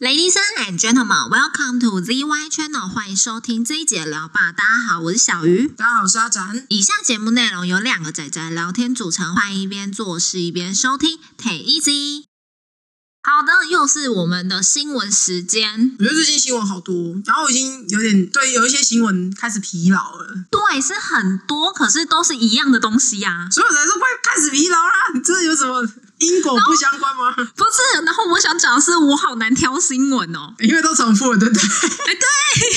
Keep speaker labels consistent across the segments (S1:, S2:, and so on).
S1: Ladies and gentlemen, welcome to ZY Channel，欢迎收听这一节聊吧。大家好，我是小鱼。
S2: 大家好，我是阿展。
S1: 以下节目内容由两个仔仔聊天组成，欢迎一边做事一边收听，Take easy。好的，又是我们的新闻时间。
S2: 我觉得最近新闻好多，然后我已经有点对有一些新闻开始疲劳了，
S1: 对，是很多，可是都是一样的东西呀、
S2: 所以我才说快开始疲劳啦。你真的有什么因果不相关吗？
S1: 不是，然后我想讲的是，我好难挑新闻哦。
S2: 因为都重复了，对不对？
S1: 哎，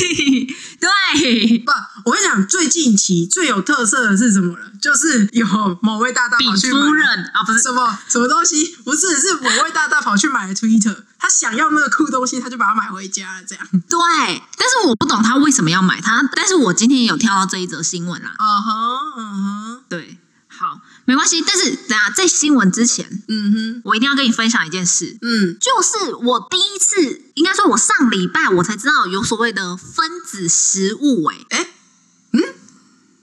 S1: 对，对，
S2: 不，我跟你讲，最近期最有特色的是什么了？就是有某位大大
S1: 比
S2: 跑去
S1: 夫
S2: 买
S1: 人啊，不是
S2: 什么什么东西，不是是某位大大跑去买了 Twitter，他想要那个酷东西，他就把它买回家了，这样。
S1: 对，但是我不懂他为什么要买它，但是我今天有跳到这一则新闻啦。
S2: 嗯哼，嗯哼，
S1: 对，好，没关系。但是等下在新闻之前，
S2: 嗯哼，
S1: 我一定要跟你分享一件事，
S2: 嗯，
S1: 就是我第一次，应该说我上礼拜我才知道有所谓的分子食物、欸，
S2: 哎，嗯，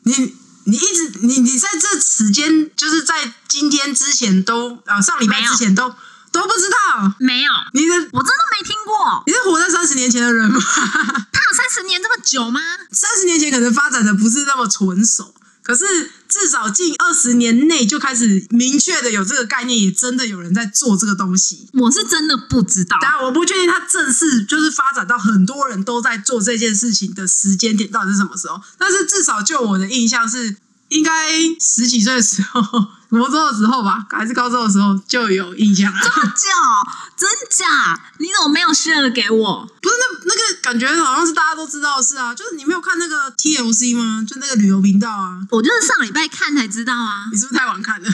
S2: 你你一直你你在这时间，就是在今天之前都啊，上礼拜
S1: 没有
S2: 之前都都不知道，
S1: 没有，
S2: 你的
S1: 我真的没听过。
S2: 你是活在三十年前的人吗？
S1: 它有三十年这么久吗？
S2: 三十年前可能发展的不是那么纯熟，可是至少近二十年内就开始明确的有这个概念，也真的有人在做这个东西。
S1: 我是真的不知道。
S2: 当然，我不确定它正式就是发展到很多人都在做这件事情的时间点到底是什么时候，但是至少就我的印象是，应该十几岁的时候，国中的时候吧，还是高中的时候就有印象了。
S1: 这么久，真假？你怎么没有 share 给我？
S2: 不是那那个感觉好像是大家都知道的事啊，就是你没有看那个 TLC 吗？就那个旅游频道啊，
S1: 我就是上礼拜看才知道啊。
S2: 你是不是太晚看了？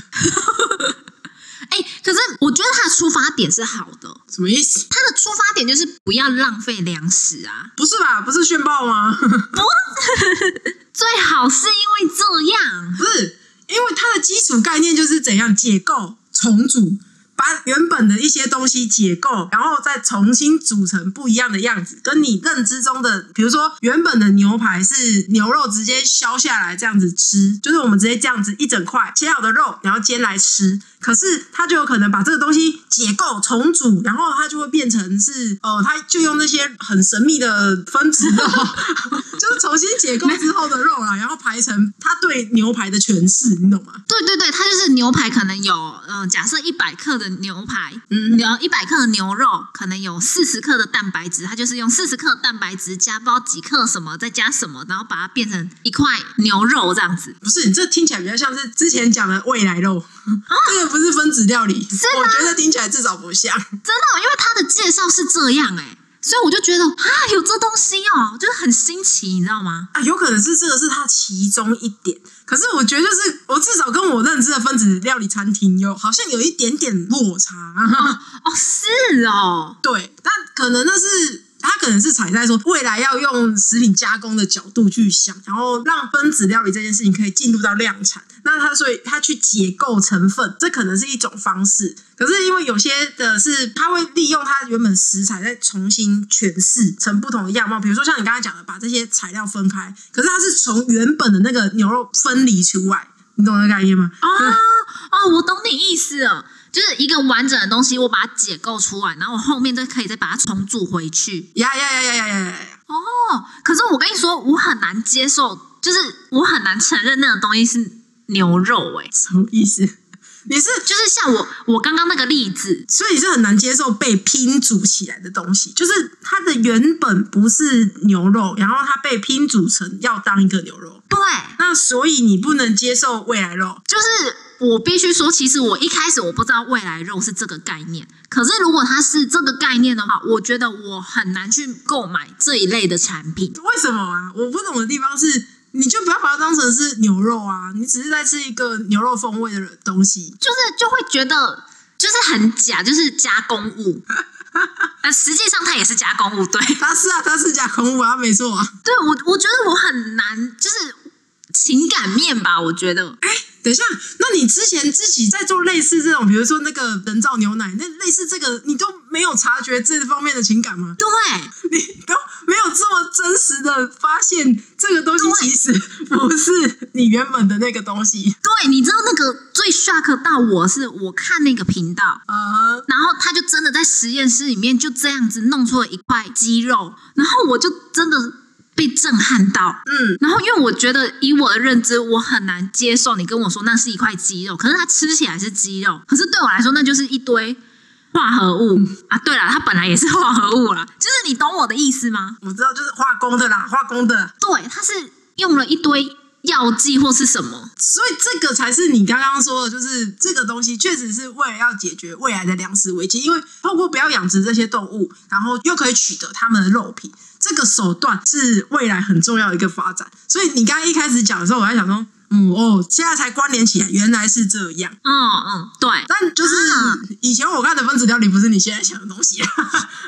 S1: 哎、可是我觉得他的出发点是好的，
S2: 什么意思？
S1: 他的出发点就是不要浪费粮食啊，
S2: 不是吧？不是炫爆吗？
S1: 最好是因为这样，
S2: 不是，因为它的基础概念就是怎样解构、重组，把原本的一些东西解构，然后再重新组成不一样的样子，跟你认知中的，比如说原本的牛排是牛肉直接削下来这样子吃，就是我们直接这样子一整块切好的肉，然后煎来吃。可是它就有可能把这个东西解构、重组，然后它就会变成是，呃，它就用那些很神秘的分 子肉，就是重新解构之后的肉啦，然后排成它对牛排的诠释，你懂吗？
S1: 对对对，它就是牛排可能有，呃，假设一百克的牛排，
S2: 嗯
S1: 牛一百克的牛肉可能有四十克的蛋白质，它就是用四十克蛋白质加不知道几克什么，再加什么，然后把它变成一块牛肉这样子。
S2: 不是，你这听起来比较像是之前讲的未来肉，这个不是分子料理，
S1: 啊吗
S2: 我觉得听起来至少不像。
S1: 真的，因为它的介绍是这样哎、所以我就觉得啊，有这东西哦，就是很新奇，你知道吗？
S2: 啊，有可能是这个是它其中一点，可是我觉得就是我至少跟我认知的分子料理餐厅有好像有一点点落差。
S1: 哦，是哦，
S2: 对，但可能那是他可能是踩在说未来要用食品加工的角度去想，然后让分子料理这件事情可以进入到量产。那他所以他去解构成分，这可能是一种方式。可是因为有些的是，他会利用它原本食材再重新诠释成不同的样貌，比如说像你刚才讲的，把这些材料分开，可是它是从原本的那个牛肉分离出来，你懂那个概念吗？
S1: 啊哦，我懂你意思了，就是一个完整的东西，我把它解构出来，然后我后面再可以再把它重组回去。
S2: 呀呀呀呀呀呀呀呀！
S1: 哦，可是我跟你说，我很难接受，就是我很难承认那个东西是牛肉、欸，
S2: 什么意思？你是
S1: 就是像我我刚刚那个例子，
S2: 所以是很难接受被拼组起来的东西，就是它的原本不是牛肉，然后它被拼组成要当一个牛肉，
S1: 对，
S2: 那所以你不能接受未来肉。
S1: 就是我必须说，其实我一开始我不知道未来肉是这个概念，可是如果它是这个概念的话，我觉得我很难去购买这一类的产品。
S2: 为什么啊？我不懂的地方是，你就不要把它当成是牛肉啊，你只是在吃一个牛肉风味的东西。
S1: 就是就会觉得就是很假，就是加工物。 但实际上它也是加工物，对，
S2: 它是啊，它是假恐怖啊，没错啊。
S1: 对我我觉得我很难，就是情感面吧，我觉得
S2: 等一下，那你之前自己在做类似这种，比如说那个人造牛奶，那类似这个，你都没有察觉这方面的情感吗？
S1: 对，
S2: 你都没有这么真实的发现，这个东西其实不是你原本的那个东西。
S1: 对，你知道那个最 shock 到我是，我看那个频道，
S2: 呃，
S1: 然后他就真的在实验室里面就这样子弄出了一块肌肉，然后我就真的被震撼到。
S2: 嗯，
S1: 然后因为我觉得以我的认知，我很难接受你跟我说那是一块肌肉，可是它吃起来是肌肉，可是对我来说那就是一堆化合物啊。对了，它本来也是化合物啦，就是你懂我的意思吗？
S2: 我知道，就是化工的啦，化工的，
S1: 对，它是用了一堆药剂或是什么。
S2: 所以这个才是你刚刚说的，就是这个东西确实是为了要解决未来的粮食危机，因为透过不要养殖这些动物，然后又可以取得它们的肉品，这个手段是未来很重要的一个发展。所以你刚刚一开始讲的时候，我还想说，嗯哦，现在才关联起来，原来是这样。
S1: 嗯嗯，对，
S2: 但就是
S1: 啊
S2: 以前我看的分子料理，不是你现在想的东西、啊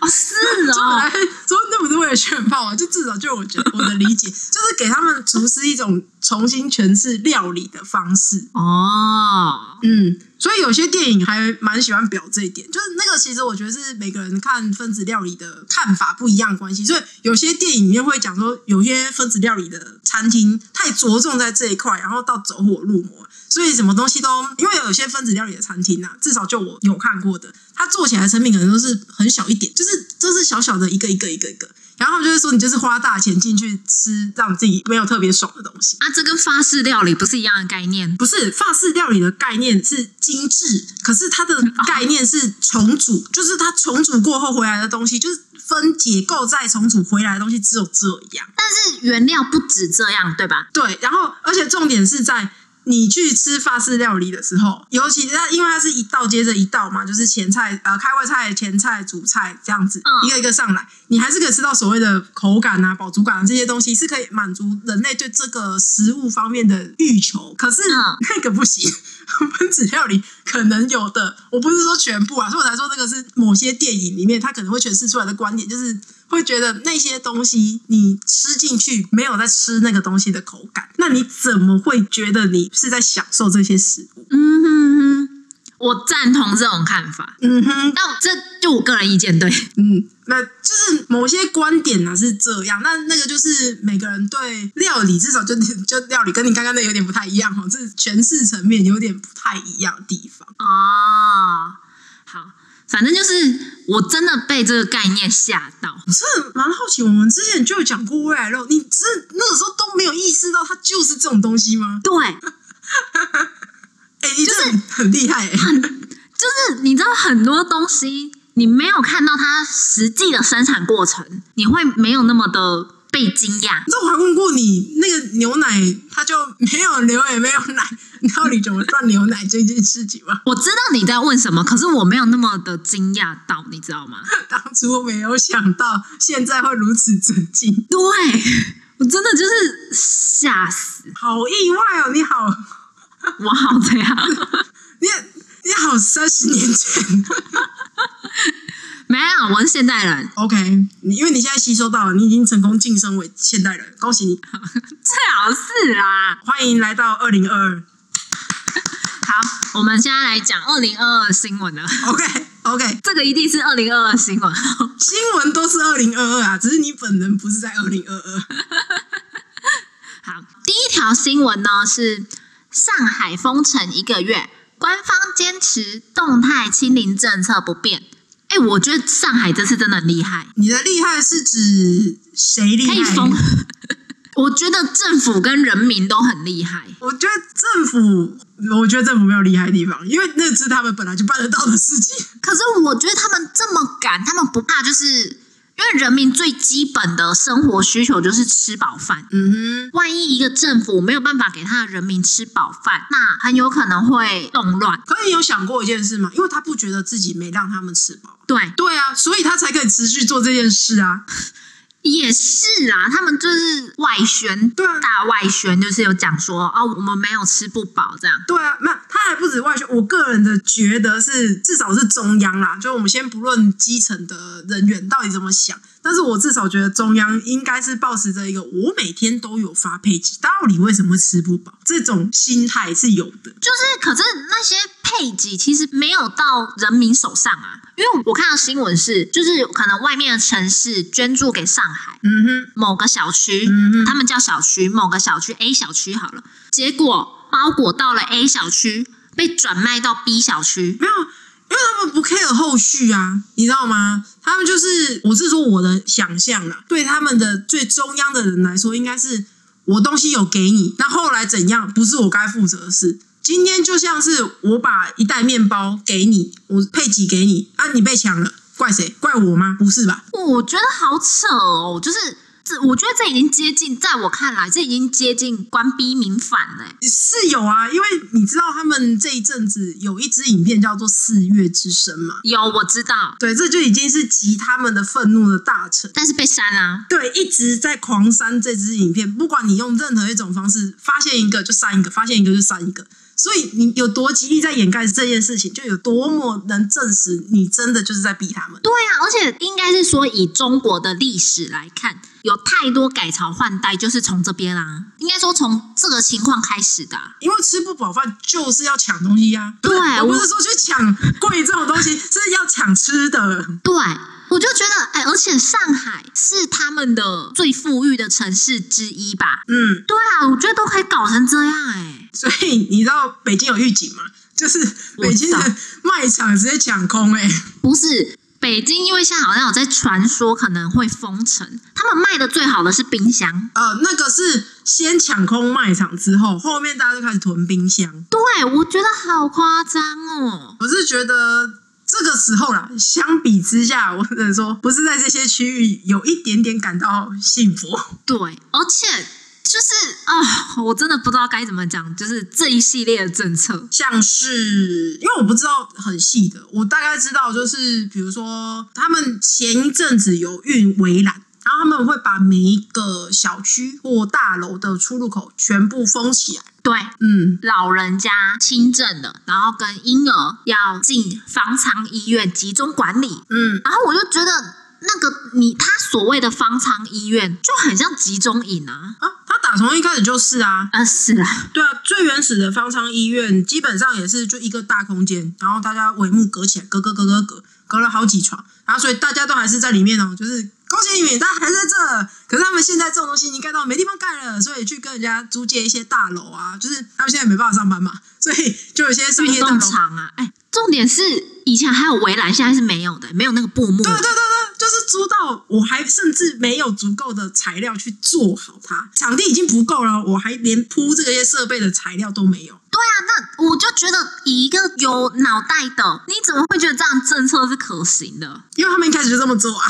S1: 哦是
S2: 就本
S1: 哦
S2: 来，说那不是为了炫炮啊，就至少就我觉得我的理解，就是给他们厨师一种重新诠释料理的方式。
S1: 哦，
S2: 嗯，所以有些电影还蛮喜欢表这一点，就是那个其实我觉得是每个人看分子料理的看法不一样的关系，所以有些电影里面会讲说，有些分子料理的餐厅太着重在这一块，然后到走火入魔，所以什么东西都因为有些分子料理的餐厅啊，至少就我有看过的，它做起来的成品可能都是很小一点，就是这是小小的一个一个一个一个，然后他们就会说你就是花大钱进去吃让自己没有特别爽的东西。
S1: 啊，这跟法式料理不是一样的概念
S2: 不是法式料理的概念是精致，可是它的概念是重组，就是它重组过后回来的东西，就是分解构再重组回来的东西只有这样。
S1: 但是原料不止这样，对吧？
S2: 对，然后而且重点是在你去吃法式料理的时候，尤其它因为它是一道接着一道嘛，就是前菜、呃开胃菜、前菜、主菜这样子，
S1: 嗯
S2: 一个一个上来，你还是可以吃到所谓的口感啊、饱足感啊这些东西，是可以满足人类对这个食物方面的欲求。可是
S1: 嗯
S2: 那个不行。 分子料理可能有的，我不是说全部啊，所以我才说那个是某些电影里面它可能会诠释出来的观点，就是会觉得那些东西你吃进去没有在吃那个东西的口感，那你怎么会觉得你是在享受这些食物？
S1: 嗯哼哼，我赞同这种看法。
S2: 嗯哼，
S1: 那这就我个人意见，对，
S2: 嗯，那就是某些观点呢、是这样，那那个就是每个人对料理，至少就 就料理跟你刚刚那有点不太一样哦，这诠释层面有点不太一样的地方。
S1: 哦，好，反正就是我真的被这个概念吓到。
S2: 我真的蛮好奇，我们之前就有讲过未来肉，你是那个时候都没有意识到它就是这种东西吗？
S1: 对，
S2: 哎、你真的很很厉害、欸，
S1: 就是你知道很多东西，你没有看到它实际的生产过程，你会没有那么的被惊讶。
S2: 那我还问过你，那个牛奶它就没有牛也没有奶，你到底怎么断牛奶这件事情吗？
S1: 我知道你在问什么，可是我没有那么的惊讶到，你知道吗？
S2: 当初没有想到现在会如此震惊，
S1: 对，我真的就是吓死，
S2: 好意外哦！你好，
S1: 我好这样。
S2: 你你好，三十年前
S1: 没有，我是现代人，
S2: ，OK，你因为你现在吸收到了，你已经成功晋升为现代人，恭喜你！
S1: 最好是啦。
S2: 欢迎来到二零二二。
S1: 好，我们现在来讲二零二二新闻了，
S2: OK OK，
S1: 这个一定是二零二二新闻。哦
S2: 新闻都是二零二二啊，只是你本人不是在二零二啊二。
S1: 好，第一条新闻呢是上海封城一个月，官方坚持动态清零政策不变。哎，我觉得上海这次真的很厉害，
S2: 你的厉害是指谁厉
S1: 可以
S2: 害？
S1: 封。 我觉得政府跟人民都很厉害。
S2: 我觉得政府，我觉得政府没有厉害的地方，因为那是他们本来就办得到的事情。
S1: 可是我觉得他们这么敢，他们不怕，就是因为人民最基本的生活需求就是吃饱饭。
S2: 嗯
S1: 万一一个政府没有办法给他的人民吃饱饭，那很有可能会动乱。
S2: 哼，可你有想过一件事吗？因为他不觉得自己没让他们吃饱。
S1: 对，
S2: 对啊，所以他才可以持续做这件事啊。
S1: 也是啊，他们就是外宣，
S2: 对啊
S1: 大外宣就是有讲说哦，我们没有吃不饱这样。
S2: 对啊，没有，他还不止外宣，我个人的觉得是至少是中央啦，就我们先不论基层的人员到底怎么想，但是我至少觉得中央应该是保持着一个我每天都有发配给，到底为什么吃不饱这种心态是有的。
S1: 就是，可是那些配给其实没有到人民手上啊，因为我看到新闻是，就是可能外面的城市捐助给上海
S2: 嗯哼，
S1: 某个小区，
S2: 嗯哼
S1: 他们叫小区，某个小区 A 小区好了，结果包裹到了 A 小区，被转卖到 B 小区，
S2: 没有，因为他们不 care 后续啊，你知道吗？他们就是，我是说我的想象啦，对他们的最中央的人来说，应该是我东西有给你，那后来怎样，不是我该负责的事。今天就像是我把一袋面包给你，我配给给你，啊，你被抢了，怪谁？怪我吗？不是吧？
S1: 我觉得好扯哦，就是。这我觉得这已经接近，在我看来，这已经接近官逼民反了欸、
S2: 是有啊，因为你知道他们这一阵子有一支影片叫做《四月之声》嘛，
S1: 有我知道，
S2: 对，这就已经是集他们的愤怒的大成。
S1: 但是被删啊啦、
S2: 对，一直在狂删这支影片，不管你用任何一种方式，发现一个就删一个，发现一个就删一个。所以你有多极力在掩盖这件事情，就有多么能证实你真的就是在逼他们。
S1: 对啊，而且应该是说，以中国的历史来看，有太多改朝换代就是从这边啊，应该说从这个情况开始的啊、
S2: 因为吃不饱饭就是要抢东西呀、
S1: 对
S2: 我不
S1: 我
S2: 是说去抢贵这种东西，是要抢吃的。
S1: 对，我就觉得，哎，而且上海是他们的最富裕的城市之一吧？
S2: 嗯，
S1: 对啊，我觉得都可以搞成这样、哎，
S2: 所以你知道北京有预警吗？就是北京
S1: 我知
S2: 的卖场直接抢空哎、欸
S1: 不是。北京因为现在好像有在传说可能会封城，他们卖的最好的是冰箱。
S2: 呃，那个是先抢空卖场之后，后面大家就开始囤冰箱。
S1: 对，我觉得好夸张哦。
S2: 我是觉得这个时候啦，相比之下，我只能说不是在这些区域有一点点感到幸福。
S1: 对，而且就是啊、我真的不知道该怎么讲，就是这一系列的政策，
S2: 像是因为我不知道很细的，我大概知道就是比如说他们前一阵子有运围栏。然后他们会把每一个小区或大楼的出入口全部封起来。
S1: 对
S2: 嗯，
S1: 老人家、轻症的，然后跟婴儿要进方舱医院集中管理。
S2: 嗯，
S1: 然后我就觉得，那个你他所谓的方舱医院就很像集中营啊。
S2: 啊，他打从一开始就是啊，
S1: 啊，是啊，
S2: 对啊，最原始的方舱医院基本上也是就一个大空间，然后大家帷幕隔起来，隔隔隔隔隔，隔了好几床，然后所以大家都还是在里面哦，就是恭喜你们，大家还在这。可是他们现在这种东西已经盖到没地方盖了，所以去跟人家租借一些大楼啊，就是他们现在没办法上班嘛，所以就有一些商
S1: 运
S2: 业大
S1: 动
S2: 楼。
S1: 场啊，哎，重点是以前还有围栏，现在是没有的，没有那个布幕。
S2: 对对对对，就是租到，我还甚至没有足够的材料去做好它，场地已经不够了，我还连铺这些设备的材料都没有。
S1: 对啊，那我就觉得以一个有脑袋的，你怎么会觉得这样政策是可行的？
S2: 因为他们一开始就这么 做啊，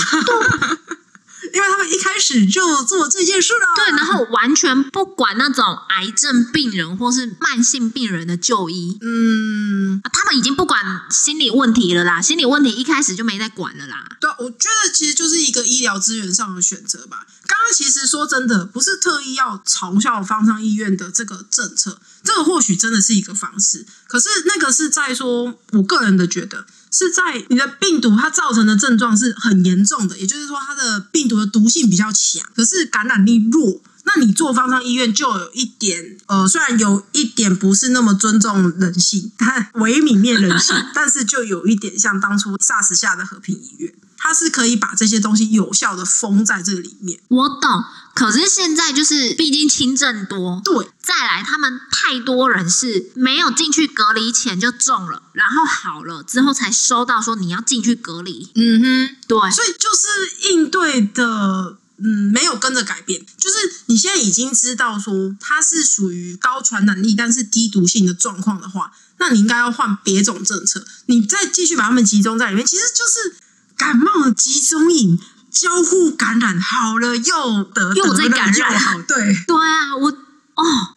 S2: 因为他们一开始就做这件事了。
S1: 对，然后完全不管那种癌症病人或是慢性病人的就医，
S2: 嗯，
S1: 啊他们已经不管心理问题了啦，心理问题一开始就没在管了啦。
S2: 对啊，我觉得其实就是一个医疗资源上的选择吧。刚刚其实说真的，不是特意要嘲笑方舱医院的这个政策，这个或许真的是一个方式。可是那个是在说，我个人的觉得是在你的病毒它造成的症状是很严重的，也就是说它的病毒的毒性比较强，可是感染力弱。那你做方舱医院就有一点，呃，虽然有一点不是那么尊重人性，但唯泯灭人性，但是就有一点像当初 SARS 下的和平医院，它是可以把这些东西有效的封在这里面。
S1: 我懂，可是现在就是毕竟轻症多，
S2: 对，
S1: 再来他们太多人是没有进去隔离前就中了，然后好了之后才收到说你要进去隔离。
S2: 嗯哼，
S1: 对，
S2: 所以就是应对的，嗯，没有跟着改变。就是你现在已经知道说它是属于高传染力但是低毒性的状况的话，那你应该要换别种政策。你再继续把它们集中在里面，其实就是感冒的集中营，交互感染好了又得，
S1: 又在
S2: 得了
S1: 感染
S2: 又好，对。
S1: 对啊，我哦，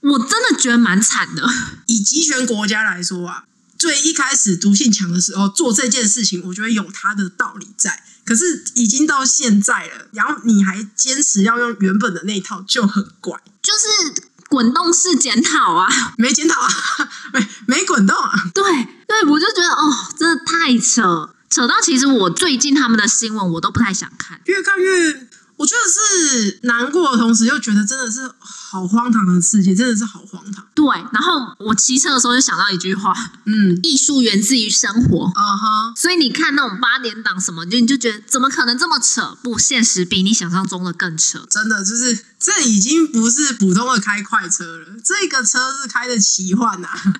S1: 我真的觉得蛮惨的。
S2: 以集权国家来说啊，最一开始毒性强的时候做这件事情，我觉得有它的道理在。可是已经到现在了，然后你还坚持要用原本的那一套，就很怪。
S1: 就是滚动式检讨啊，
S2: 没检讨啊，没没
S1: 哦扯，扯到其实我最近他们的新闻我都不太想看。
S2: 越看越，我觉得是难过的同时，又觉得真的是好荒唐的世界，真的是好荒唐。
S1: 对，然后我骑车的时候就想到一句话：
S2: 嗯，
S1: 艺术源自于生活。
S2: 啊哈，
S1: 所以你看那种八点档什么，就你就觉得怎么可能这么扯？不，现实比你想象中的更扯。
S2: 真的就是这已经不是普通的开快车了，这个车是开的奇幻呐、啊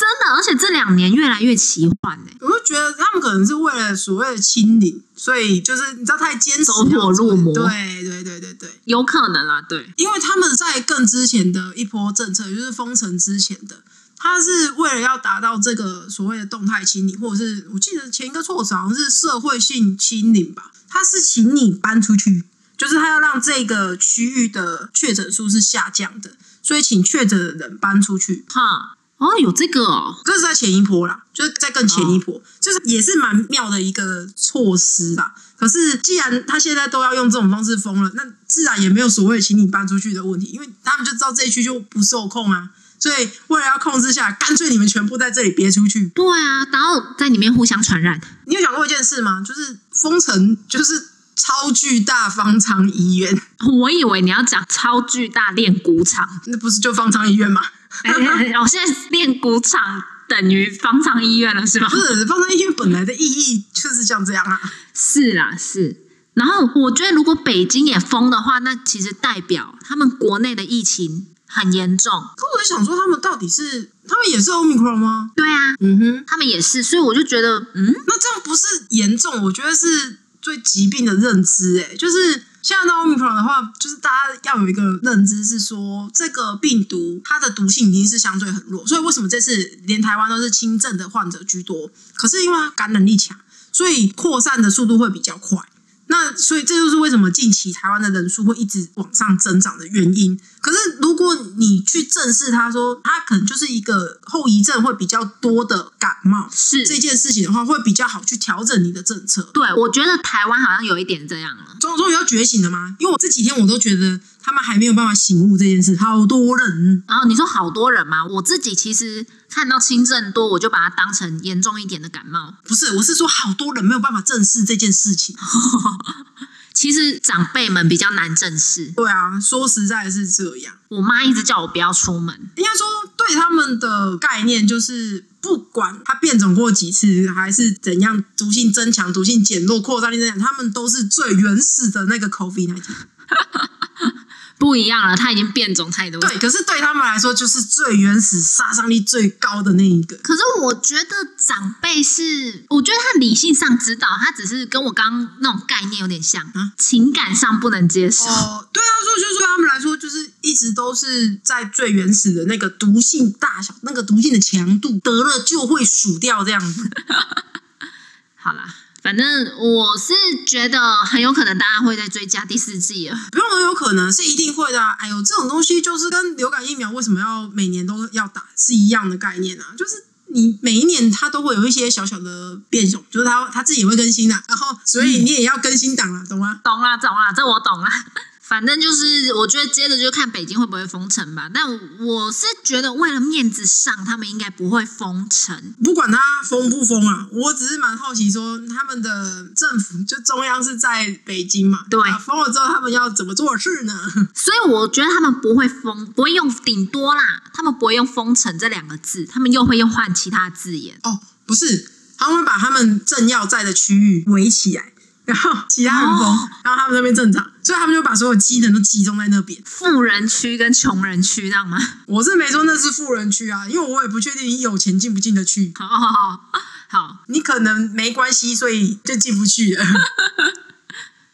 S1: 真的，而且这两年越来越奇幻哎、
S2: 我就觉得他们可能是为了所谓的清零，所以就是你知道太坚持
S1: 走火入魔
S2: 对对对对对，
S1: 有可能啊，对，
S2: 因为他们在更之前的一波政策，也就是封城之前的，他是为了要达到这个所谓的动态清理，或者是我记得前一个措施好像是社会性清零吧，他是请你搬出去，就是他要让这个区域的确诊数是下降的，所以请确诊的人搬出去。
S1: 哈，哦，有这个哦，
S2: 这是在前一波啦，就是在更前一波，就是也是蛮妙的一个措施啦。可是既然他现在都要用这种方式封了，那自然也没有所谓请你搬出去的问题，因为他们就知道这一区就不受控啊。所以为了要控制下来，干脆你们全部在这里憋出去。
S1: 对啊，然后在里面互相传染，
S2: 你有想过一件事吗？就是封城就是超巨大方舱医院，
S1: 我以为你要讲超巨大练鼓 场，
S2: 那不是就方舱医院吗？
S1: 哎哎哎哦，现在练鼓场等于方舱医院了是吗
S2: 不？是，方舱医院本来的意义就是像这样啊。
S1: 是啦，是。然后我觉得，如果北京也封的话，那其实代表他们国内的疫情很严重。
S2: 可我就想说，他们到底是他们也是 Omicron 吗？
S1: 对啊，
S2: 嗯哼。
S1: 他们也是，所以我就觉得，嗯，
S2: 那这样不是严重，我觉得是对疾病的认知、欸。就是现在到 omicron 的话，就是大家要有一个认知是说，这个病毒它的毒性已经是相对很弱，所以为什么这次连台湾都是轻症的患者居多？可是因为它感染力强，所以扩散的速度会比较快。那所以这就是为什么近期台湾的人数会一直往上增长的原因。可是如果你去正视它说它可能就是一个后遗症会比较多的感冒，
S1: 是
S2: 这件事情的话，会比较好去调整你的政策。
S1: 对，我觉得台湾好像有一点这样了。
S2: 终终于要觉醒了吗？因为我这几天我都觉得他们还没有办法醒悟这件事，好多人
S1: 然后你说好多人嘛，我自己其实看到轻症多，我就把它当成严重一点的感冒。
S2: 不是，我是说好多人没有办法正视这件事情。
S1: 其实长辈们比较难正视，
S2: 对啊，说实在是这样。
S1: 我妈一直叫我不要出门。
S2: 应该说对他们的概念就是，不管它变种过几次，还是怎样，毒性增强、毒性减弱、扩散力增强，他们都是最原始的那个 COVID 那
S1: 不一样了，它已经变种太多。
S2: 对，，可是对他们来说，就是最原始、杀伤力最高的那一个。
S1: 可是我觉得长辈是，我觉得他理性上知道，他只是跟我刚刚那种概念有点像，
S2: 啊
S1: 情感上不能接受。
S2: 哦，对啊，所以就是对他们来说，就是一直都是在最原始的那个毒性大小、那个毒性的强度，得了就会数掉这样子。
S1: 好啦，反正我是觉得很有可能大家会再追加第四季了。
S2: 不用很有可能是一定会的、啊。哎呦，这种东西就是跟流感疫苗为什么要每年都要打是一样的概念啊，就是。你每一年它都会有一些小小的变种，就是它它自己也会更新啦、然后所以你也要更新档啦、啊懂吗？
S1: 懂啦，懂啦，这我懂啦。 反正就是，我觉得接着就看北京会不会封城吧。但我是觉得，为了面子上，他们应该不会封城。
S2: 不管它封不封啊，我只是蛮好奇说他们的政府就中央是在北京嘛，
S1: 对
S2: 啊封了之后他们要怎么做事 呢？
S1: 所以我觉得他们不会封，不会用顶多啦，他们不会用封城这两个字，他们又会用换其他字眼。
S2: 哦，不是，他们会把他们政要在的区域围起来，然后其他人封，
S1: 哦
S2: 然后他们那边正常，所以他们就把所有机能都集中在那边。
S1: 富人区跟穷人区，这样吗？
S2: 我是没说那是富人区啊，因为我也不确定你有钱进不进得去，
S1: 好好好好，
S2: 你可能没关系，所以就进不 去了。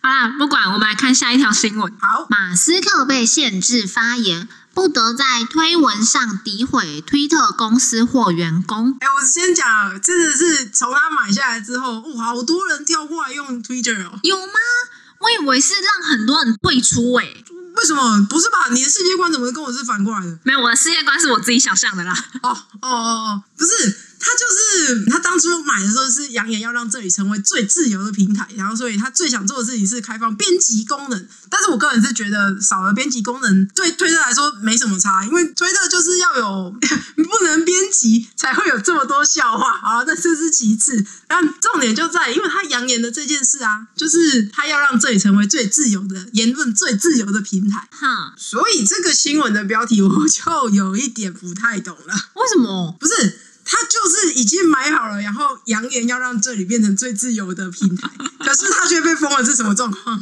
S1: 好啦，不管，我们来看下一条新闻。
S2: 好，
S1: 马斯克被限制发言，不得在推文上诋毁推特公司或员工。
S2: 哎、我先讲，真的是从他买下来之后，哇，好多人跳过来用 Twitter 哦。
S1: 有吗？我以为是让很多人退出欸诶、
S2: 为什么？不是吧？你的世界观怎么跟我是反过来的？
S1: 没有，我的世界观是我自己想象的啦。
S2: 哦哦哦哦，不是，他他就是他当初买的时候是扬言要让这里成为最自由的平台，然后所以他最想做的事情是开放编辑功能。但是我个人是觉得少了编辑功能对推特来说没什么差，因为推特就是要有 你不能编辑才会有这么多笑话啊，那这是其次。但重点就在，因为他扬言的这件事啊，就是他要让这里成为最自由的言论、最自由的平台。
S1: 哈，
S2: 所以这个新闻的标题我就有一点不太懂了。
S1: 为什么？
S2: 不是，他就是已经买好了，然后扬言要让这里变成最自由的平台，可是他却被封了，是什么 状况？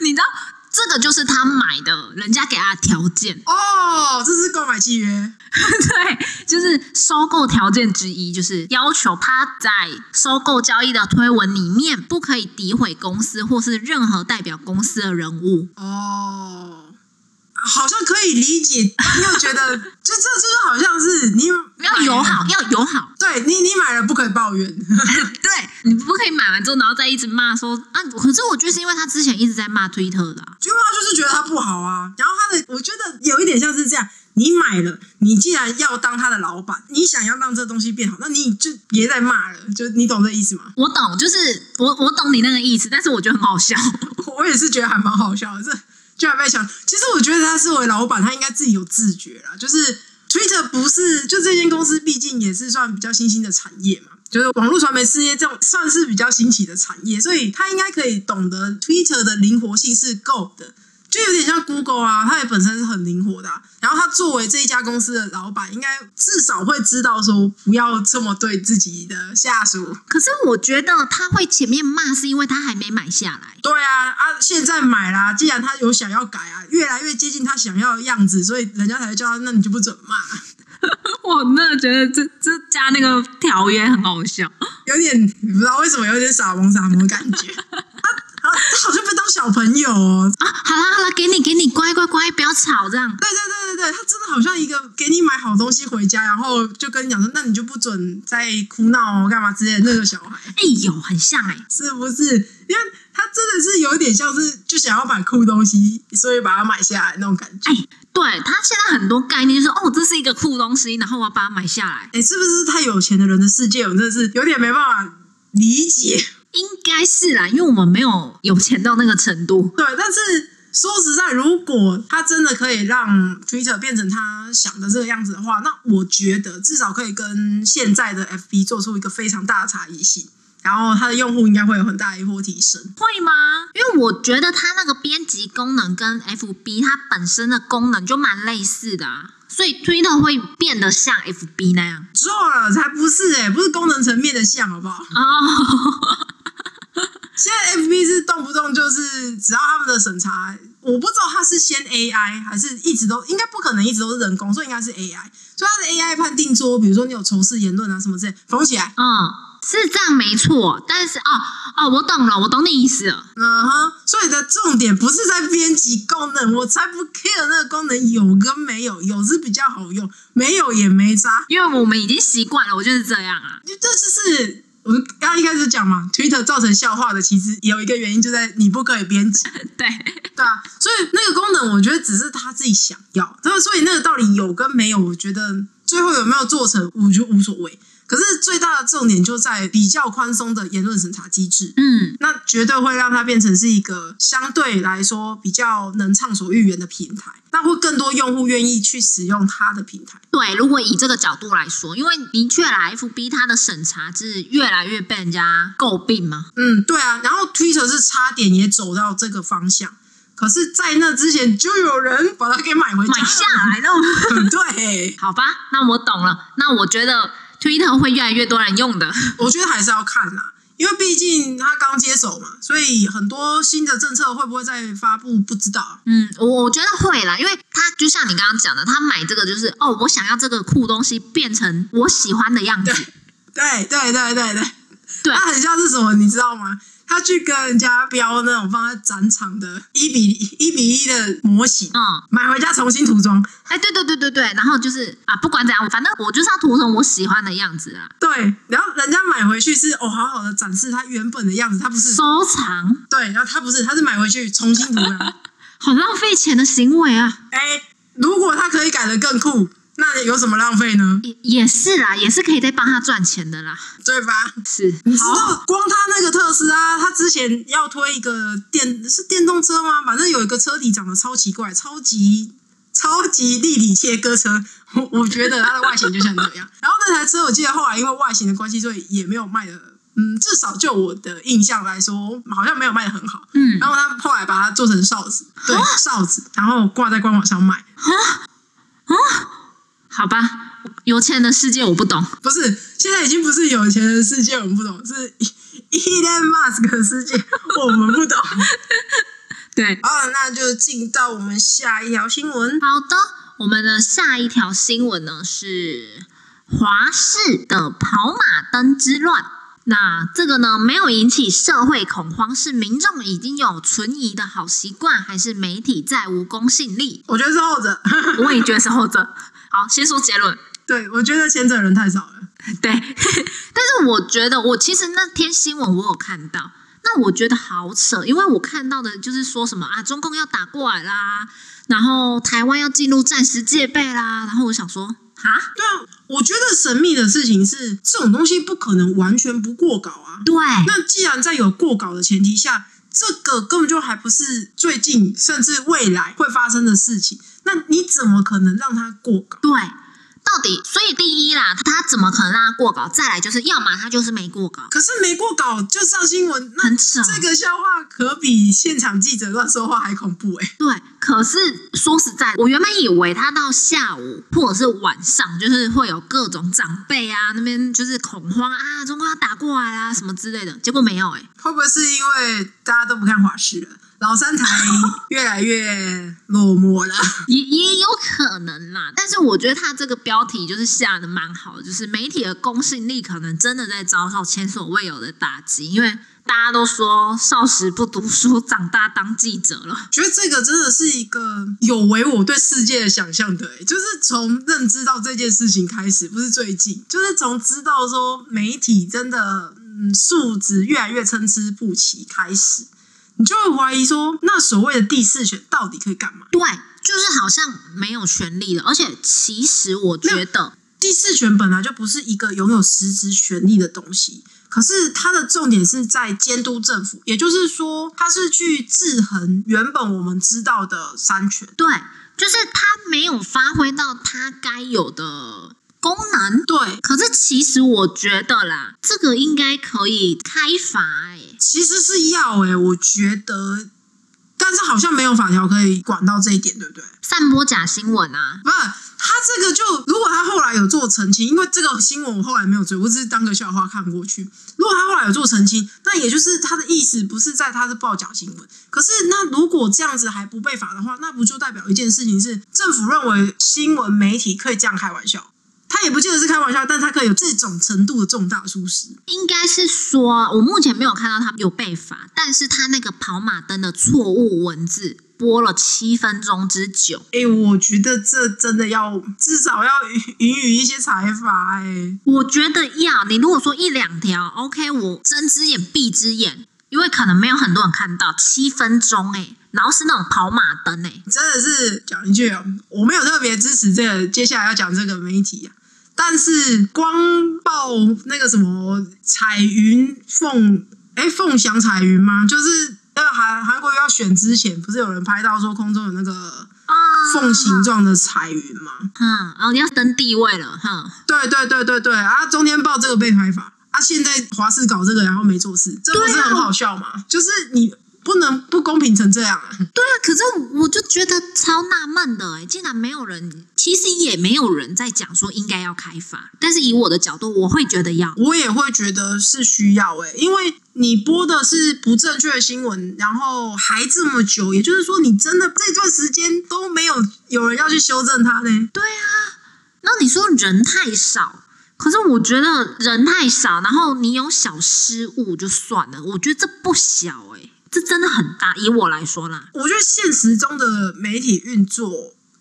S1: 你知道这个就是他买的，人家给他的条 件，
S2: 哦，这是购买契约，
S1: 对，就是收购条件之一，就是要求他在收购交易的推文里面不可以诋毁公司或是任何代表公司的人物。
S2: 哦，好像可以理解，但又觉得就这就是好像是你
S1: 要友好，，要友好。
S2: 对你你买了不可以抱怨，
S1: 对你不可以买完之后，然后再一直骂说啊，可是我觉得是因为他之前一直在骂推特的、啊，
S2: 就他就是觉得他不好啊。然后他的，我觉得有一点像是这样，你买了，你既然要当他的老板，你想要让这东西变好，那你就别再骂了，就你懂这意思吗？
S1: 我懂，就是我我懂你那个意思，但是我觉得很好笑。
S2: 我也是觉得还蛮好笑的，这居然被抢。其实我觉得他作为老板，他应该自己有自觉啦。就是 Twitter 不是，就这间公司毕竟也是算比较新兴的产业嘛，就是网络传媒事业这种算是比较新奇的产业，所以他应该可以懂得 Twitter 的灵活性是够的。就有点像 Google 啊，它也本身是很灵活的啊、然后他作为这一家公司的老板，应该至少会知道说不要这么对自己的下属。
S1: 可是我觉得他会前面骂，是因为他还没买下来。
S2: 对啊，啊，现在买啦，既然他有想要改啊，越来越接近他想要的样子，所以人家才会叫他，那你就不准骂，
S1: 我真的觉得这这加那个条约很好笑。
S2: 有点不知道为什么有点傻萌傻萌的感觉。 他他他好像被当小朋友哦，
S1: 啊，好啦好啦，给你给你，乖乖乖，不要吵这样。
S2: 对对对对对，他真的好像一个给你买好东西回家，然后就跟你讲说，那你就不准再哭闹哦，干嘛之类的那个小孩。
S1: 哎呦，很像哎、
S2: 是不是？因为他真的是有点像是就想要买酷东西，所以把它买下来那种感觉。
S1: 哎，对他现在很多概念就是哦，这是一个酷东西，然后我要把它买下来，
S2: 哎、是不是太有钱的人的世界，我真的是有点没办法理解。
S1: 应该是啦，因为我们没有有钱到那个程度。
S2: 对，但是说实在，如果他真的可以让 Twitter 变成他想的这个样子的话，那我觉得至少可以跟现在的 FB 做出一个非常大的差异性，然后它的用户应该会有很大的一波提升。
S1: 会吗？因为我觉得它那个编辑功能跟 FB 它本身的功能就蛮类似的啊，所以推特会变得像 FB 那样
S2: 错了，才不是哎、不是功能层面的像，好不好？
S1: 哦。
S2: 现在 FB 是动不动就是只要他们的审查，我不知道他是先 AI 还是一直都应该不可能一直都是人工，所以应该是 AI。所以他的 AI 判定说，比如说你有仇视言论啊什么之类，封起来。
S1: 嗯，是这样没错，但是哦哦，我懂了，我懂你意思了。
S2: 嗯哼，所以的重点不是在编辑功能，我才不 care 那个功能有跟没有，有是比较好用，没有也没差。
S1: 因为我们已经习惯了，我就是这样啊。
S2: 这就是我刚刚一开始讲嘛，Twitter 造成笑话的，其实有一个原因就在你不可以编辑。
S1: 对，
S2: 对啊，所以那个功能我觉得只是他自己想要，那所以那个到底有跟没有，我觉得最后有没有做成，我觉得无所谓。可是最大的重点就在比较宽松的言论审查机制，
S1: 嗯，
S2: 那绝对会让它变成是一个相对来说比较能畅所欲言的平台，那会更多用户愿意去使用它的平台。
S1: 对。如果以这个角度来说，因为的确啦，FB 它的审查是越来越被人家诟病嘛。
S2: 嗯，对啊，然后 Twitter 是差点也走到这个方向，可是，在那之前就有人把它给买回家
S1: 买下来了。
S2: 来， 对。
S1: 好吧，那我懂了。那我觉得 Twitter 会越来越多人用的。
S2: 我觉得还是要看啦，因为毕竟他刚接手嘛，所以很多新的政策会不会再发布不知道。
S1: 嗯，我我觉得会啦，因为他就像你刚刚讲的，他买这个就是哦，我想要这个酷东西变成我喜欢的样子。
S2: 对对对对对，
S1: 对
S2: 它很像是什么，你知道吗？他去跟人家标那种放在展场的一比一比一的模型，
S1: 嗯，
S2: 买回家重新涂装。
S1: 哎，对对对对对，然后就是啊，不管怎样，反正我就是要涂成我喜欢的样子啊，
S2: 对，然后人家买回去是哦，好好的展示它原本的样子，它不是
S1: 收藏，
S2: 对，然后它不是，它是买回去重新涂装。
S1: 好浪费钱的行为啊！
S2: 哎，如果它可以改的更酷，那有什么浪费呢？
S1: 也也是啦，也是可以再帮他赚钱的啦。
S2: 对吧？
S1: 是，
S2: 你知
S1: 好，
S2: 道光他那个特斯拉，他之前要推一个电是电动车吗？反正有一个车体长得超奇怪，超级超级立体切割车， 我我觉得它的外形就像这样。 然后那台车我记得后来因为外形的关系，所以也没有卖的，嗯，至少就我的印象来说，好像没有卖的很好。
S1: 嗯哦
S2: 然后他后来把它做成哨子，对哨子，然后挂在官网上卖。
S1: 好吧，有钱人的世界我不懂。
S2: 不是，现在已经不是有钱人的世界，我们不懂，是 E-，Elon Musk 的世界， 我们不懂。
S1: 对，
S2: 好，那就进到我们下一条新闻。
S1: 好的，我们的下一条新闻呢是华氏的跑马灯之乱。那这个呢，没有引起社会恐慌，是民众已经有存疑的好习惯，还是媒体再无公信 力？
S2: 我觉得是后者，
S1: 我也觉得是后者。好，先说结论。
S2: 对我觉得前者人太少了。
S1: 对，但是我觉得，我其实那天新闻我有看到，那我觉得好扯，因为我看到的就是说什么啊，中共要打过来啦，然后台湾要进入战时戒备啦，然后我想说，哈，
S2: 对啊，我觉得神秘的事情是这种东西不可能完全不过稿啊。
S1: 对，
S2: 那既然在有过稿的前提下，这个根本就还不是最近甚至未来会发生的事情，那你怎么可能让它过稿？
S1: 对，到底，所以第一啦，他怎么可能让他过稿？再来就是，要么他就是没过稿，
S2: 可是没过稿就上新闻，那
S1: 很扯。
S2: 这个笑话可比现场记者乱说话还恐怖哎、
S1: 对，可是说实在，我原本以为他到下午或者是晚上，就是会有各种长辈啊那边就是恐慌啊，中国要打过来啊啦、什么之类的，结果没有哎、
S2: 会不会是因为大家都不看华视了，老三台越来越落寞了？
S1: 也也有可能啦。但是我觉得他这个标题就是下的蛮好的，就是媒体的公信力可能真的在遭受前所未有的打击，因为大家都说少时不读书，长大当记者了。
S2: 觉得这个真的是一个有违我对世界的想象的、欸，就是从认知到这件事情开始，不是最近，就是从知道说媒体真的嗯素质越来越参差不齐开始，你就会怀疑说，那所谓的第四选到底可以干嘛？
S1: 对，就是好像没有权利了。而且其实我觉得。
S2: 第四权本来就不是一个拥有实质权利的东西，可是它的重点是在监督政府，也就是说，它是去制衡原本我们知道的三权。
S1: 对，就是他没有发挥到他该有的功能。
S2: 对，
S1: 可是其实我觉得啦，这个应该可以开罚哎、
S2: 其实是要诶、我觉得，但是好像没有法条可以管到这一点，对不对？
S1: 散播假新闻啊。
S2: 不，他这个就如果他后来有做澄清，因为这个新闻我后来没有追，我只是当个笑话看过去。如果他后来有做澄清，那也就是他的意思不是在他是报假新闻。可是那如果这样子还不被罚的话，那不就代表一件事情是政府认为新闻媒体可以这样开玩笑？他也不见得是开玩笑，但他可以有这种程度的重大疏失。
S1: 应该是说，我目前没有看到他有被罚，但是他那个跑马灯的错误文字播了七分钟之久。
S2: 哎、我觉得这真的要至少要 允允予一些裁罚哎、诶
S1: 我觉得要你如果说一两条，OK，我睁只眼闭只眼，因为可能没有很多人看到七分钟哎、然后是那种跑马灯哎、
S2: 真的是讲一句哦，我没有特别支持这个接下来要讲这个媒体啊，但是光报那个什么彩云凤哎、凤翔彩云吗？就是那个韩韩国瑜要选之前，不是有人拍到说空中有那个
S1: 啊，
S2: 凤形状的彩云吗？
S1: 嗯，然后你要登地位了，哈，
S2: 对对对对对啊！中天报这个被开罚啊，现在华视搞这个，然后没做事，这不是
S1: 对啊
S2: 很好笑吗？就是你不能不公平成这样啊！
S1: 对啊，可是我就觉得超纳闷的、欸，竟然没有人，其实也没有人在讲说应该要开发，但是以我的角度，我会觉得要，
S2: 我也会觉得是需要诶、因为你播的是不正确的新闻，然后还这么久，也就是说你真的这段时间都没有有人要去修正它呢。
S1: 对啊，那你说人太少，可是我觉得人太少，然后你有小失误就算了，我觉得这不小哎、这真的很大，以我来说啦，
S2: 我觉得现实中的媒体运作，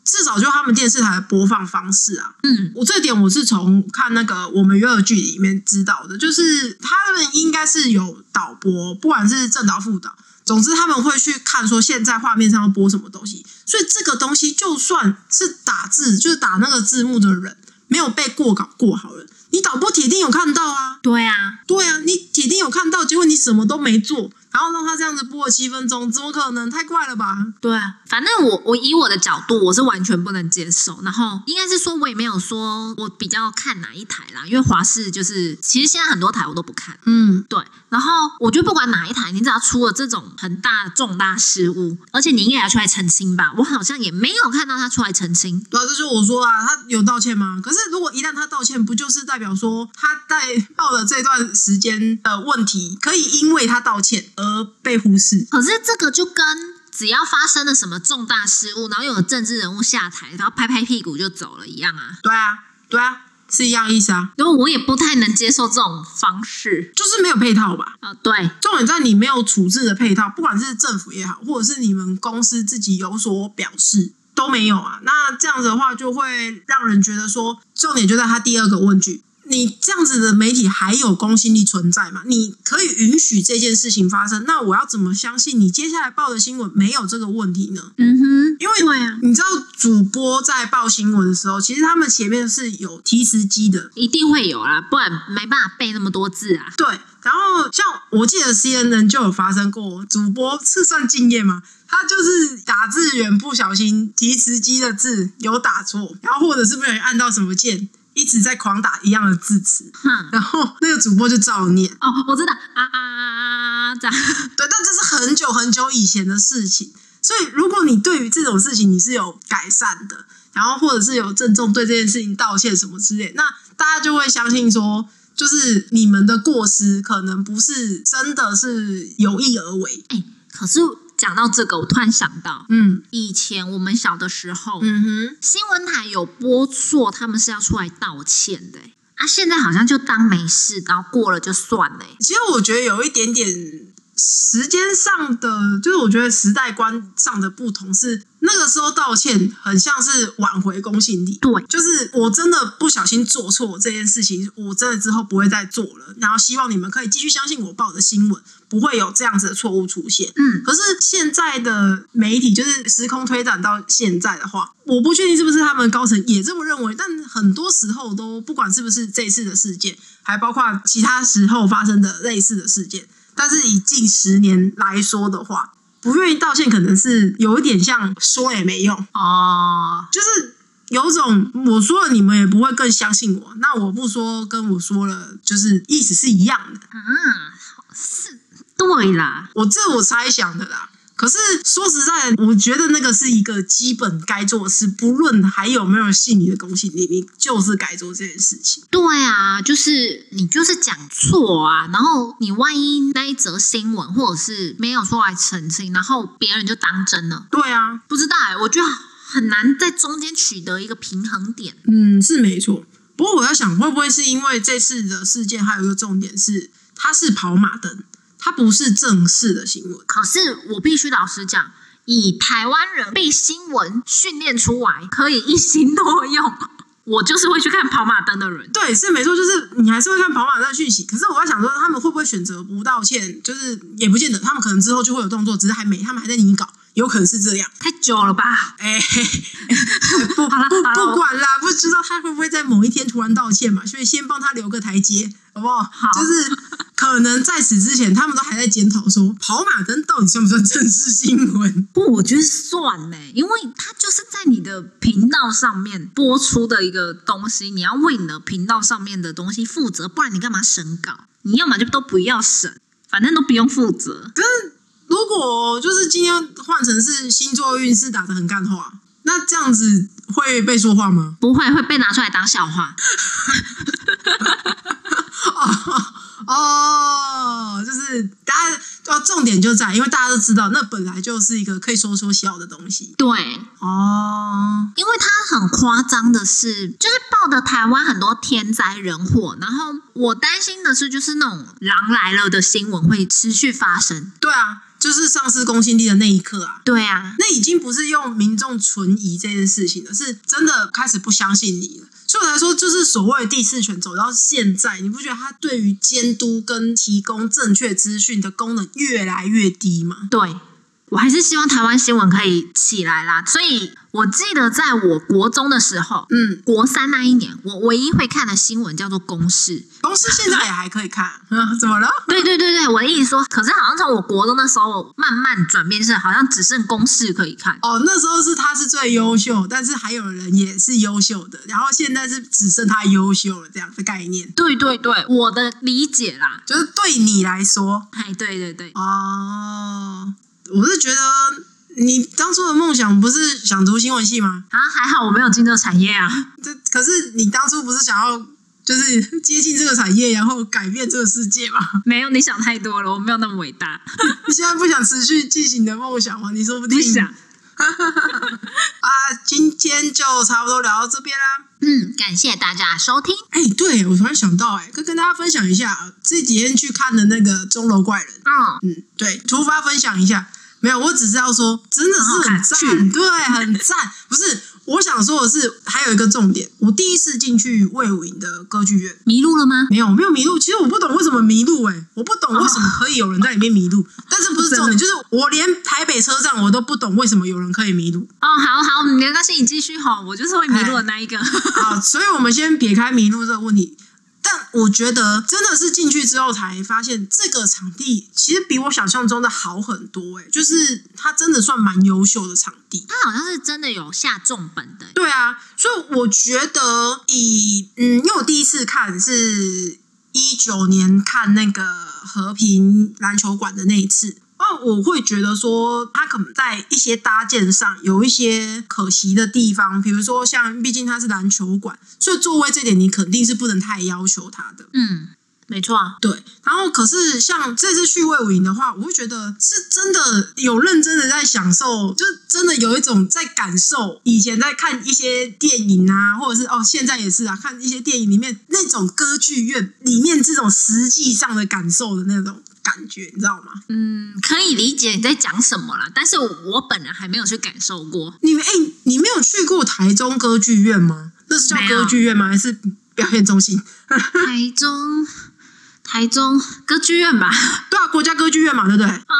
S2: 至少就他们电视台的播放方式啊，
S1: 嗯，
S2: 我这点我是从看那个《我们约了剧》里面知道的，就是他们应该是有导播，不管是正导、副导，总之，他们会去看说现在画面上要播什么东西，所以这个东西就算是打字，就是打那个字幕的人没有被过稿过好了，你导播铁定有看到啊，
S1: 对啊，
S2: 对啊，你铁定有看到，结果你什么都没做，然后让他这样子播了七分钟，怎么可能？太怪了吧！
S1: 对啊，反正我我以我的角度，我是完全不能接受。然后应该是说，我也没有说我比较看哪一台啦，因为华视就是其实现在很多台我都不看。
S2: 嗯，
S1: 对，然后我觉得不管哪一台，你只要出了这种很大重大失误，而且你应该也要出来澄清吧？我好像也没有看到他出来澄清。
S2: 对啊，这就是我说啊，他有道歉吗？可是如果一旦他道歉，不就是代表说他在报了这段时间的问题，可以因为他道歉而被忽视？
S1: 可是这个就跟只要发生了什么重大失误，然后又有政治人物下台，然后拍拍屁股就走了一样啊。
S2: 对啊，对啊，是一样意思啊，
S1: 因为我也不太能接受这种方式
S2: 就是没有配套吧。
S1: 啊、对，
S2: 重点在你没有处置的配套，不管是政府也好，或者是你们公司自己有所表示，都没有啊。那这样子的话，就会让人觉得说，重点就在他第二个问句。你这样子的媒体还有公信力存在吗？你可以允许这件事情发生，那我要怎么相信你接下来报的新闻没有这个问题呢？
S1: 嗯哼，
S2: 因为
S1: 对啊，
S2: 你知道主播在报新闻的时候，其实他们前面是有提词机的，
S1: 一定会有啦，不然没办法背那么多字啊。
S2: 对，然后像我记得 CNN 就有发生过，主播是算敬业吗？他就是打字员不小心提词机的字有打错，然后或者是不小心按到什么键，一直在狂打一样的字词，
S1: 哼，
S2: 然后那个主播就照念。
S1: 哦，我知道啊啊啊啊啊，这样
S2: 对，但这是很久很久以前的事情，所以如果你对于这种事情你是有改善的，然后或者是有郑重对这件事情道歉什么之类，那大家就会相信说。就是你们的过失，可能不是真的是有意而为。
S1: 哎、可是讲到这个，我突然想到，
S2: 嗯
S1: 以前我们小的时候，
S2: 嗯哼，
S1: 新闻台有播错，他们是要出来道歉的、啊，现在好像就当没事，然后过了就算了、欸
S2: 其实我觉得有一点点时间上的，就是我觉得时代观上的不同是，那个时候道歉很像是挽回公信力，
S1: 对，
S2: 就是我真的不小心做错这件事情，我真的之后不会再做了。然后希望你们可以继续相信我报的新闻，不会有这样子的错误出现。
S1: 嗯，
S2: 可是现在的媒体就是时空推展到现在的话，我不确定是不是他们高层也这么认为，但很多时候都不管是不是这次的事件，还包括其他时候发生的类似的事件，但是以近十年来说的话，不愿意道歉可能是有一点像说也没用，
S1: 哦，
S2: 就是有种我说了你们也不会更相信我，那我不说跟我说了就是意思是一样的，
S1: 啊，是，对啦，
S2: 我这我猜想的啦。可是说实在，的，我觉得那个是一个基本该做的事，不论还有没有信你的公信力，你就是该做这件事情。
S1: 对啊，就是你就是讲错啊，然后你万一那一则新闻或者是没有出来澄清，然后别人就当真了，
S2: 对啊，
S1: 不知道、欸，我觉得很难在中间取得一个平衡点。
S2: 嗯，是没错。不过我在想，会不会是因为这次的事件还有一个重点是，它是跑马灯，它不是正式的新闻。
S1: 可是我必须老实讲，以台湾人被新闻训练出来可以一心多用，我就是会去看跑马灯的人。
S2: 对，是没错，就是你还是会看跑马灯的讯息。可是我在想说，他们会不会选择不道歉？就是也不见得，他们可能之后就会有动作，只是还没，他们还在拟稿，有可能是这样。
S1: 太久了吧？
S2: 哎、 嘿嘿不不
S1: 好了好了
S2: 不管啦，不知道他会不会在某一天突然道歉嘛，所以先帮他留个台阶，好不好？
S1: 好
S2: 就是可能在此之前，他们都还在检讨说跑马灯到底算不算正式新闻？
S1: 不，我觉得算呢、因为它就是在你的频道上面播出的一个东西，你要为你的频道上面的东西负责，不然你干嘛审稿？你要么就都不要审，反正都不用负责。
S2: 如果就是今天换成是星座运势打得很干话，那这样子会被说话吗？
S1: 不会会被拿出来当笑话，
S2: 哦，就是大家哦，重点就在，因为大家都知道，那本来就是一个可以说说笑的东西
S1: 对，
S2: 哦。
S1: 因为它很夸张的是，就是报的台湾很多天灾人祸，然后我担心的是，就是那种狼来了的新闻会持续发生。
S2: 对啊，就就是丧失公信力的那一刻啊。
S1: 对啊，
S2: 那已经不是用民众存疑这件事情了，是真的开始不相信你了。所以我才说，就是所谓的第四权走到现在，你不觉得它对于监督跟提供正确资讯的功能越来越低吗？
S1: 对，我还是希望台湾新闻可以起来啦。所以我记得在我国中的时候，
S2: 嗯，
S1: 国三那一年，我唯一会看的新闻叫做公视。
S2: 公司现在也还可以看， 嗯，怎么了？
S1: 对对对对，我的意思说，可是好像从我国中那时候慢慢转变是，好像只剩公视可以看。
S2: 哦，那时候是他是最优秀，但是还有人也是优秀的，然后现在是只剩他优秀了这样的概念，
S1: 对对对，我的理解啦。
S2: 就是对你来说，
S1: 哎，对对对，
S2: 哦，我是觉得你当初的梦想不是想读新闻系吗？
S1: 啊，还好我没有进这个产业啊。
S2: 这可是你当初不是想要就是 接近这个产业，然后改变这个世界吗？
S1: 没有，你想太多了，我没有那么伟大。
S2: 你现在不想持续进行你的梦想吗？你说不定
S1: 不想
S2: 啊。今天就差不多聊到这边啦。
S1: 嗯，感谢大家收听。
S2: 哎、对我突然想到、哎，跟跟大家分享一下，这几天去看的那个《钟楼怪人》，
S1: 嗯，
S2: 嗯，对，突发分享一下。没有，我只是要说，真的是
S1: 很
S2: 很
S1: 好看
S2: 赞，对，很赞。不是，我想说的是，还有一个重点，我第一次进去魏武营的歌剧院，
S1: 迷路了吗？
S2: 没有没有迷路，其实我不懂为什么迷路哎、我不懂为什么可以有人在里面迷路，但是不是重点，就是我连台北车站我都不懂为什么有人可以迷路。
S1: 哦，好好，没关系，你继续吼，我就是会迷路的那一个。
S2: 好，啊所以我们先撇开迷路这个问题，但我觉得真的是进去之后才发现，这个场地其实比我想象中的好很多哎、就是它真的算蛮优秀的场地。
S1: 他好像是真的有下重本的，
S2: 对啊，所以我觉得以嗯，因为我第一次看是一九年看那个和平篮球馆的那一次，那我会觉得说，它可能在一些搭建上有一些可惜的地方，比如说像，毕竟它是篮球馆，所以座位这点你肯定是不能太要求它的。
S1: 嗯，没错，
S2: 对，然后可是像这次去魏武营的话，我会觉得是真的有认真的在享受，就是真的有一种在感受以前在看一些电影啊，或者是哦现在也是啊，看一些电影里面那种歌剧院里面这种实际上的感受的那种感觉，你知道吗？
S1: 嗯，可以理解你在讲什么啦，但是我我本人还没有去感受过，
S2: 你们哎，你没有去过台中歌剧院吗？那是叫
S1: 没有
S2: 歌剧院吗？还是表演中心？
S1: 台中。台中歌剧院吧，
S2: 对啊，国家歌剧院嘛，对不对？
S1: 嗯，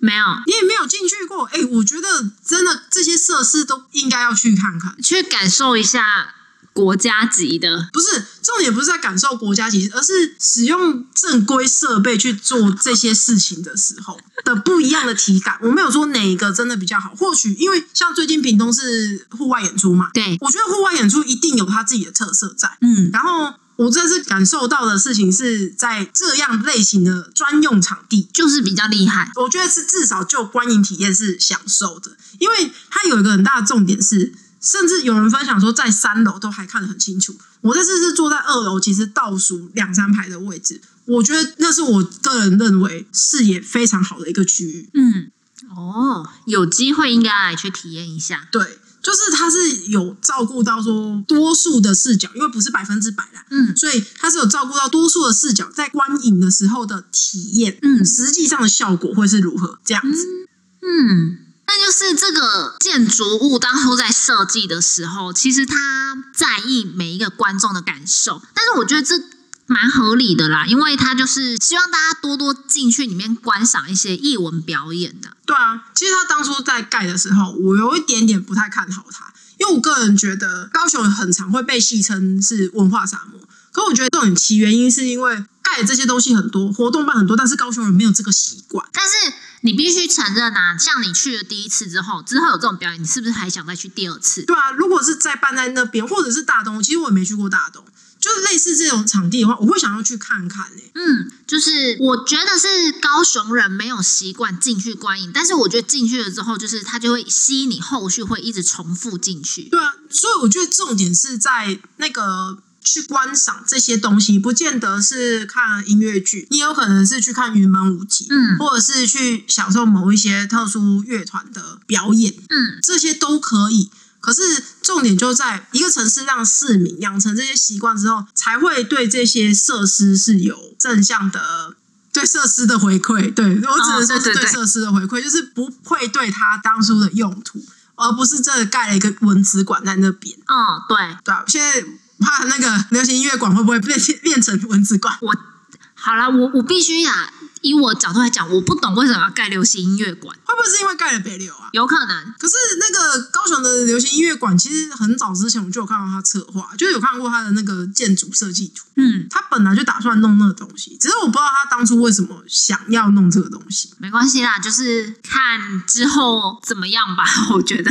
S1: 没有
S2: 你也没有进去过，哎、我觉得真的这些设施都应该要去看看。
S1: 去感受一下国家级的，
S2: 不是重点，不是在感受国家级，而是使用正规设备去做这些事情的时候的不一样的体感。我没有说哪一个真的比较好，或许因为像最近屏东是户外演出嘛，
S1: 对，
S2: 我觉得户外演出一定有它自己的特色在。
S1: 嗯，
S2: 然后我这次感受到的事情是在这样类型的专用场地，
S1: 就是比较厉害，
S2: 我觉得是至少就观影体验是享受的，因为它有一个很大的重点是，甚至有人分享说在三楼都还看得很清楚。我这次是坐在二楼，其实倒数两三排的位置，我觉得那是我个人认为视野非常好的一个区域。
S1: 嗯，哦，有机会应该来去体验一下，
S2: 对，就是它是有照顾到说多数的视角，因为不是百分之百啦，
S1: 嗯
S2: 所以它是有照顾到多数的视角在观影的时候的体验，
S1: 嗯
S2: 实际上的效果会是如何这样子。
S1: 嗯。那就是这个建筑物当初在设计的时候，其实他在意每一个观众的感受，但是我觉得这蛮合理的啦，因为他就是希望大家多多进去里面观赏一些艺文表演的。
S2: 对啊，其实他当初在盖的时候，我有一点点不太看好他，因为我个人觉得高雄很常会被戏称是文化沙漠。可我觉得这种其原因是因为盖的这些东西很多，活动办很多，但是高雄人没有这个习惯。
S1: 但是你必须承认啊，像你去了第一次之后，之后有这种表演，你是不是还想再去第二次？
S2: 对啊，如果是在办在那边，或者是大东，其实我也没去过大东，就是类似这种场地的话，我会想要去看看诶、
S1: 嗯，就是我觉得是高雄人没有习惯进去观影，但是我觉得进去了之后，就是他就会吸引你后续会一直重复进去。
S2: 对啊，所以我觉得重点是在那个去观赏这些东西，不见得是看音乐剧，你也有可能是去看云门舞集，
S1: 嗯
S2: 或者是去享受某一些特殊乐团的表演，
S1: 嗯，
S2: 这些都可以。可是重点就在一个城市让市民养成这些习惯之后，才会对这些设施是有正向的对设施的回馈，对我只能说是
S1: 哦对对
S2: 对
S1: 对
S2: 设施的回馈，就是不会对它当初的用途，而不是真的盖了一个文字馆在那边，
S1: 嗯，对，
S2: 对吧、现在怕那个流行音乐馆会不会变变成文字馆？
S1: 我好啦，我我必须啊，以我角度来讲，我不懂为什么要盖流行音乐馆，
S2: 会不会是因为盖了北流啊？
S1: 有可能
S2: 可是那个高雄的流行音乐馆，其实很早之前我就有看到他策划，就有看过他的那个建筑设计图。
S1: 嗯，
S2: 他本来就打算弄那个东西，只是我不知道他当初为什么想要弄这个东西。
S1: 没关系啦，就是看之后怎么样吧， 我觉得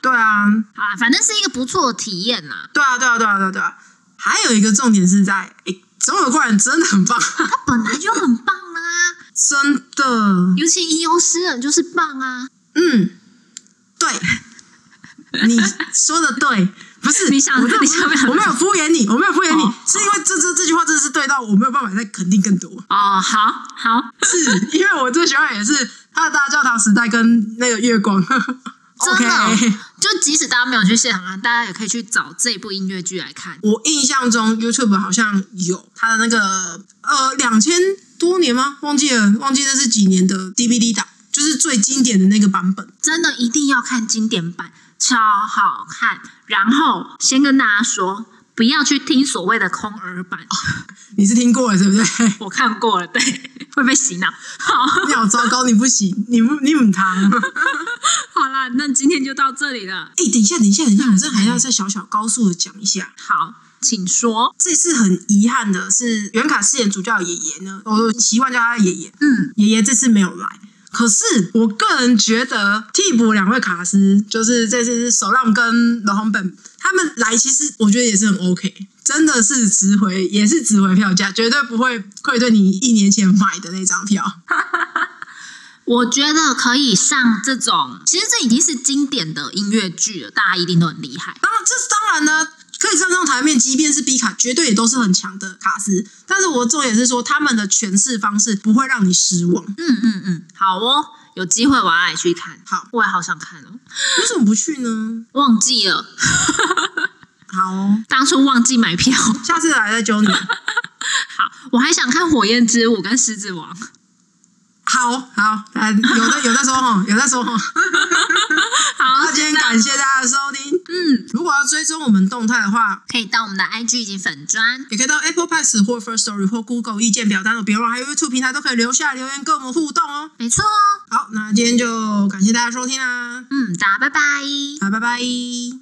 S2: 对啊，
S1: 啊，反正是一个不错的体验啦。
S2: 对啊，对啊，对啊，对啊，对啊。还有一个重点是在，诶，总有怪人真的很棒，
S1: 它本来就很棒啦、
S2: 真的，
S1: 尤其吟游诗人就是棒啊！
S2: 嗯，对，你说的对。不是，
S1: 你想
S2: 我这不是
S1: 你想不想
S2: 我没有敷衍你，我没有敷衍你
S1: 哦，
S2: 是因为这这这句话真的是对到我没有办法再肯定更多。
S1: 哦，好好，
S2: 是因为我最喜欢也是他的大教堂时代跟那个月光。
S1: 真的哦
S2: OK，
S1: 就即使大家没有去现场看，大家也可以去找这部音乐剧来看。
S2: 我印象中 YouTube 好像有他的那个呃两千多年吗？忘记了，忘记那是几年的 DVD 档，就是最经典的那个版本。
S1: 真的一定要看经典版，超好看。然后先跟大家说，不要去听所谓的空耳版，哦
S2: 你是听过了对不对？
S1: 我看过了，对， 会被洗脑。好，
S2: 你好糟糕，你不行，你不你母汤。
S1: 好啦，那今天就到这里了。
S2: 哎、等一下，等一下，等一下，我这还要再小小高速的讲一下。
S1: 好，请说。
S2: 这次很遗憾的是，袁卡饰演主教的爷爷呢，我习惯叫他爷爷。
S1: 嗯，
S2: 爷爷这次没有来。可是我个人觉得替补两位卡斯，就是这次是首浪跟罗红本，他们来其实我觉得也是很 OK，真的是值回，也是值回票价，绝对不会愧对你一年前买的那张票。
S1: 我觉得可以上这种，其实这已经是经典的音乐剧了，大家一定都很厉害。
S2: 当然，这当然呢，可以站上台面，即便是 B 卡，绝对也都是很强的卡斯。但是我重点是说，他们的诠释方式不会让你失望。
S1: 嗯嗯嗯，好哦，有机会我要来去看。
S2: 好，
S1: 我也好想看哦，
S2: 为什么不去呢？
S1: 忘记了，
S2: 好哦，
S1: 当初忘记买票。
S2: 下次来再揪你。
S1: 好，我还想看《火焰之舞》跟《狮子王》。
S2: 好好，来有的有在说 哈，有在说哈。
S1: 好，
S2: 那今天感谢大家的收听。
S1: 嗯，
S2: 如果要追踪我们动态的话，
S1: 可以到我们的 IG 以及粉砖。
S2: 也可以到 Apple Pass 或 First Story 或 Google 意见表单哦，别忘了还有 YouTube 平台都可以留下留言跟我们互动哦。
S1: 没错哦，
S2: 好，那今天就感谢大家收听啦，
S1: 嗯，大家拜拜。
S2: 好，拜拜。